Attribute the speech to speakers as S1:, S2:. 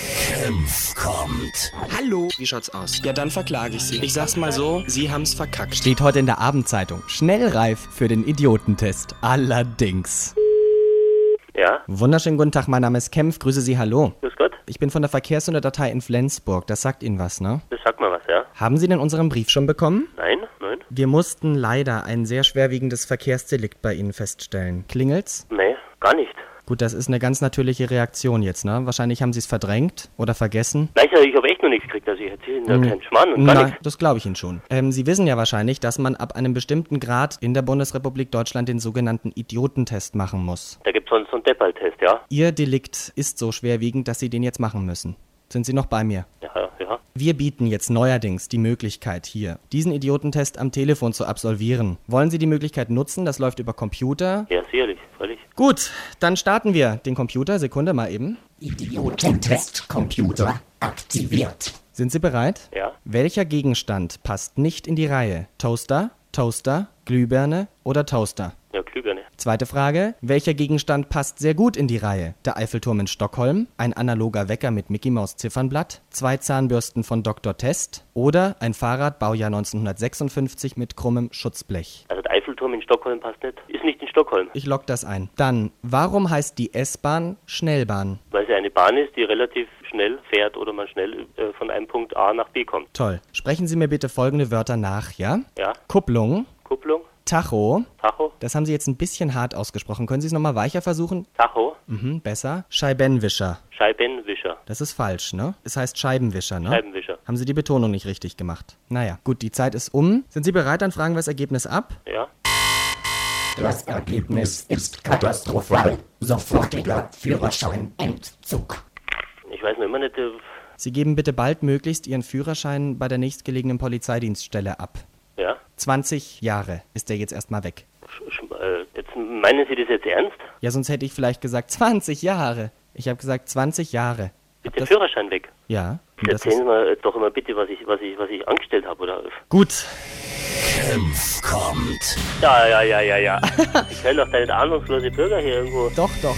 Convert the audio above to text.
S1: Senf kommt.
S2: Hallo. Wie schaut's aus? Ja, dann verklage ich Sie. Ich sag's mal so, Sie haben's verkackt.
S3: Steht heute in der Abendzeitung. Schnellreif für den Idiotentest. Allerdings.
S4: Ja,
S3: Wunderschönen guten Tag, mein Name ist Kempf. Grüße Sie, hallo.
S4: grüß Gott.
S3: Ich bin von der Verkehrsunterdatei in Flensburg. Das sagt Ihnen was, ne?
S4: Das sagt mir was, ja?
S3: Haben Sie denn unseren Brief schon bekommen?
S4: Nein? Nein?
S3: Wir mussten leider ein sehr schwerwiegendes Verkehrsdelikt bei Ihnen feststellen. Klingelt's?
S4: Nee, gar nicht.
S3: Gut, das ist eine ganz natürliche Reaktion jetzt, ne? Wahrscheinlich haben Sie es verdrängt oder vergessen.
S4: Nein, ich habe echt noch nichts gekriegt. Also ich erzähle
S3: Hm.
S4: Ihnen da keinen Schmarrn und gar
S3: Na,
S4: nichts.
S3: das glaube ich Ihnen schon. Ähm, Sie wissen ja wahrscheinlich, dass man ab einem bestimmten Grad in der Bundesrepublik Deutschland den sogenannten Idiotentest machen muss.
S4: Da gibt's sonst so einen Deppal-Test, ja?
S3: Ihr Delikt ist so schwerwiegend, dass Sie den jetzt machen müssen. Sind Sie noch bei mir?
S4: Ja, ja, ja.
S3: Wir bieten jetzt neuerdings die Möglichkeit hier, diesen Idiotentest am Telefon zu absolvieren. Wollen Sie die Möglichkeit nutzen? Das läuft über Computer.
S4: Ja, sicherlich, völlig.
S3: Gut, dann starten wir den Computer. Sekunde mal eben.
S1: Idiotentestcomputer aktiviert.
S3: Sind Sie bereit?
S4: Ja.
S3: Welcher Gegenstand passt nicht in die Reihe? Toaster, Toaster, Glühbirne oder Toaster?
S4: Ja, ne. Glühbirne.
S3: Zweite Frage. Welcher Gegenstand passt sehr gut in die Reihe? Der Eiffelturm in Stockholm, ein analoger Wecker mit Mickey Maus Ziffernblatt, zwei Zahnbürsten von Dr. Test oder ein Fahrrad Baujahr 1956 mit krummem Schutzblech?
S4: Also der Eiffelturm in Stockholm passt nicht. Ist nicht in Stockholm,
S3: Ich log das ein. Dann, warum heißt die S-Bahn Schnellbahn?
S4: weil sie eine Bahn ist, die relativ schnell fährt oder man schnell äh, von einem Punkt A nach B kommt.
S3: Toll. Sprechen Sie mir bitte folgende Wörter nach, ja?
S4: Ja,
S3: Kupplung,
S4: Kupplung,
S3: Tacho.
S4: Tacho,
S3: Das haben Sie jetzt ein bisschen hart ausgesprochen. Können Sie es nochmal weicher versuchen?
S4: Tacho,
S3: Mhm, besser. Scheibenwischer.
S4: Scheibenwischer,
S3: Das ist falsch, ne? Es heißt Scheibenwischer, ne?
S4: Scheibenwischer.
S3: Haben Sie die Betonung nicht richtig gemacht? Naja, gut, die Zeit ist um. Sind Sie bereit? Dann fragen wir das Ergebnis ab.
S4: Ja,
S1: Das Ergebnis ist katastrophal. Sofortiger Führerschein-Entzug.
S4: ich weiß noch immer nicht, äh,
S3: Sie geben bitte baldmöglichst Ihren Führerschein bei der nächstgelegenen Polizeidienststelle ab.
S4: ja.
S3: 20 Jahre ist der jetzt erstmal weg.
S4: Sch Sch- äh, jetzt meinen Sie das jetzt ernst?
S3: Ja, sonst hätte ich vielleicht gesagt 20 Jahre. Ich habe gesagt 20 Jahre.
S4: Ist der Führerschein weg?
S3: Ja. und Das
S4: Erzählen
S3: ist
S4: Sie mir äh, doch immer bitte, was ich, was ich, was ich angestellt habe, oder?
S3: gut.
S1: Senf kommt.
S4: Ja, ja, ja, ja, ja. ich kann doch da nicht ahnungslose Bürger hier irgendwo.
S3: Doch, doch.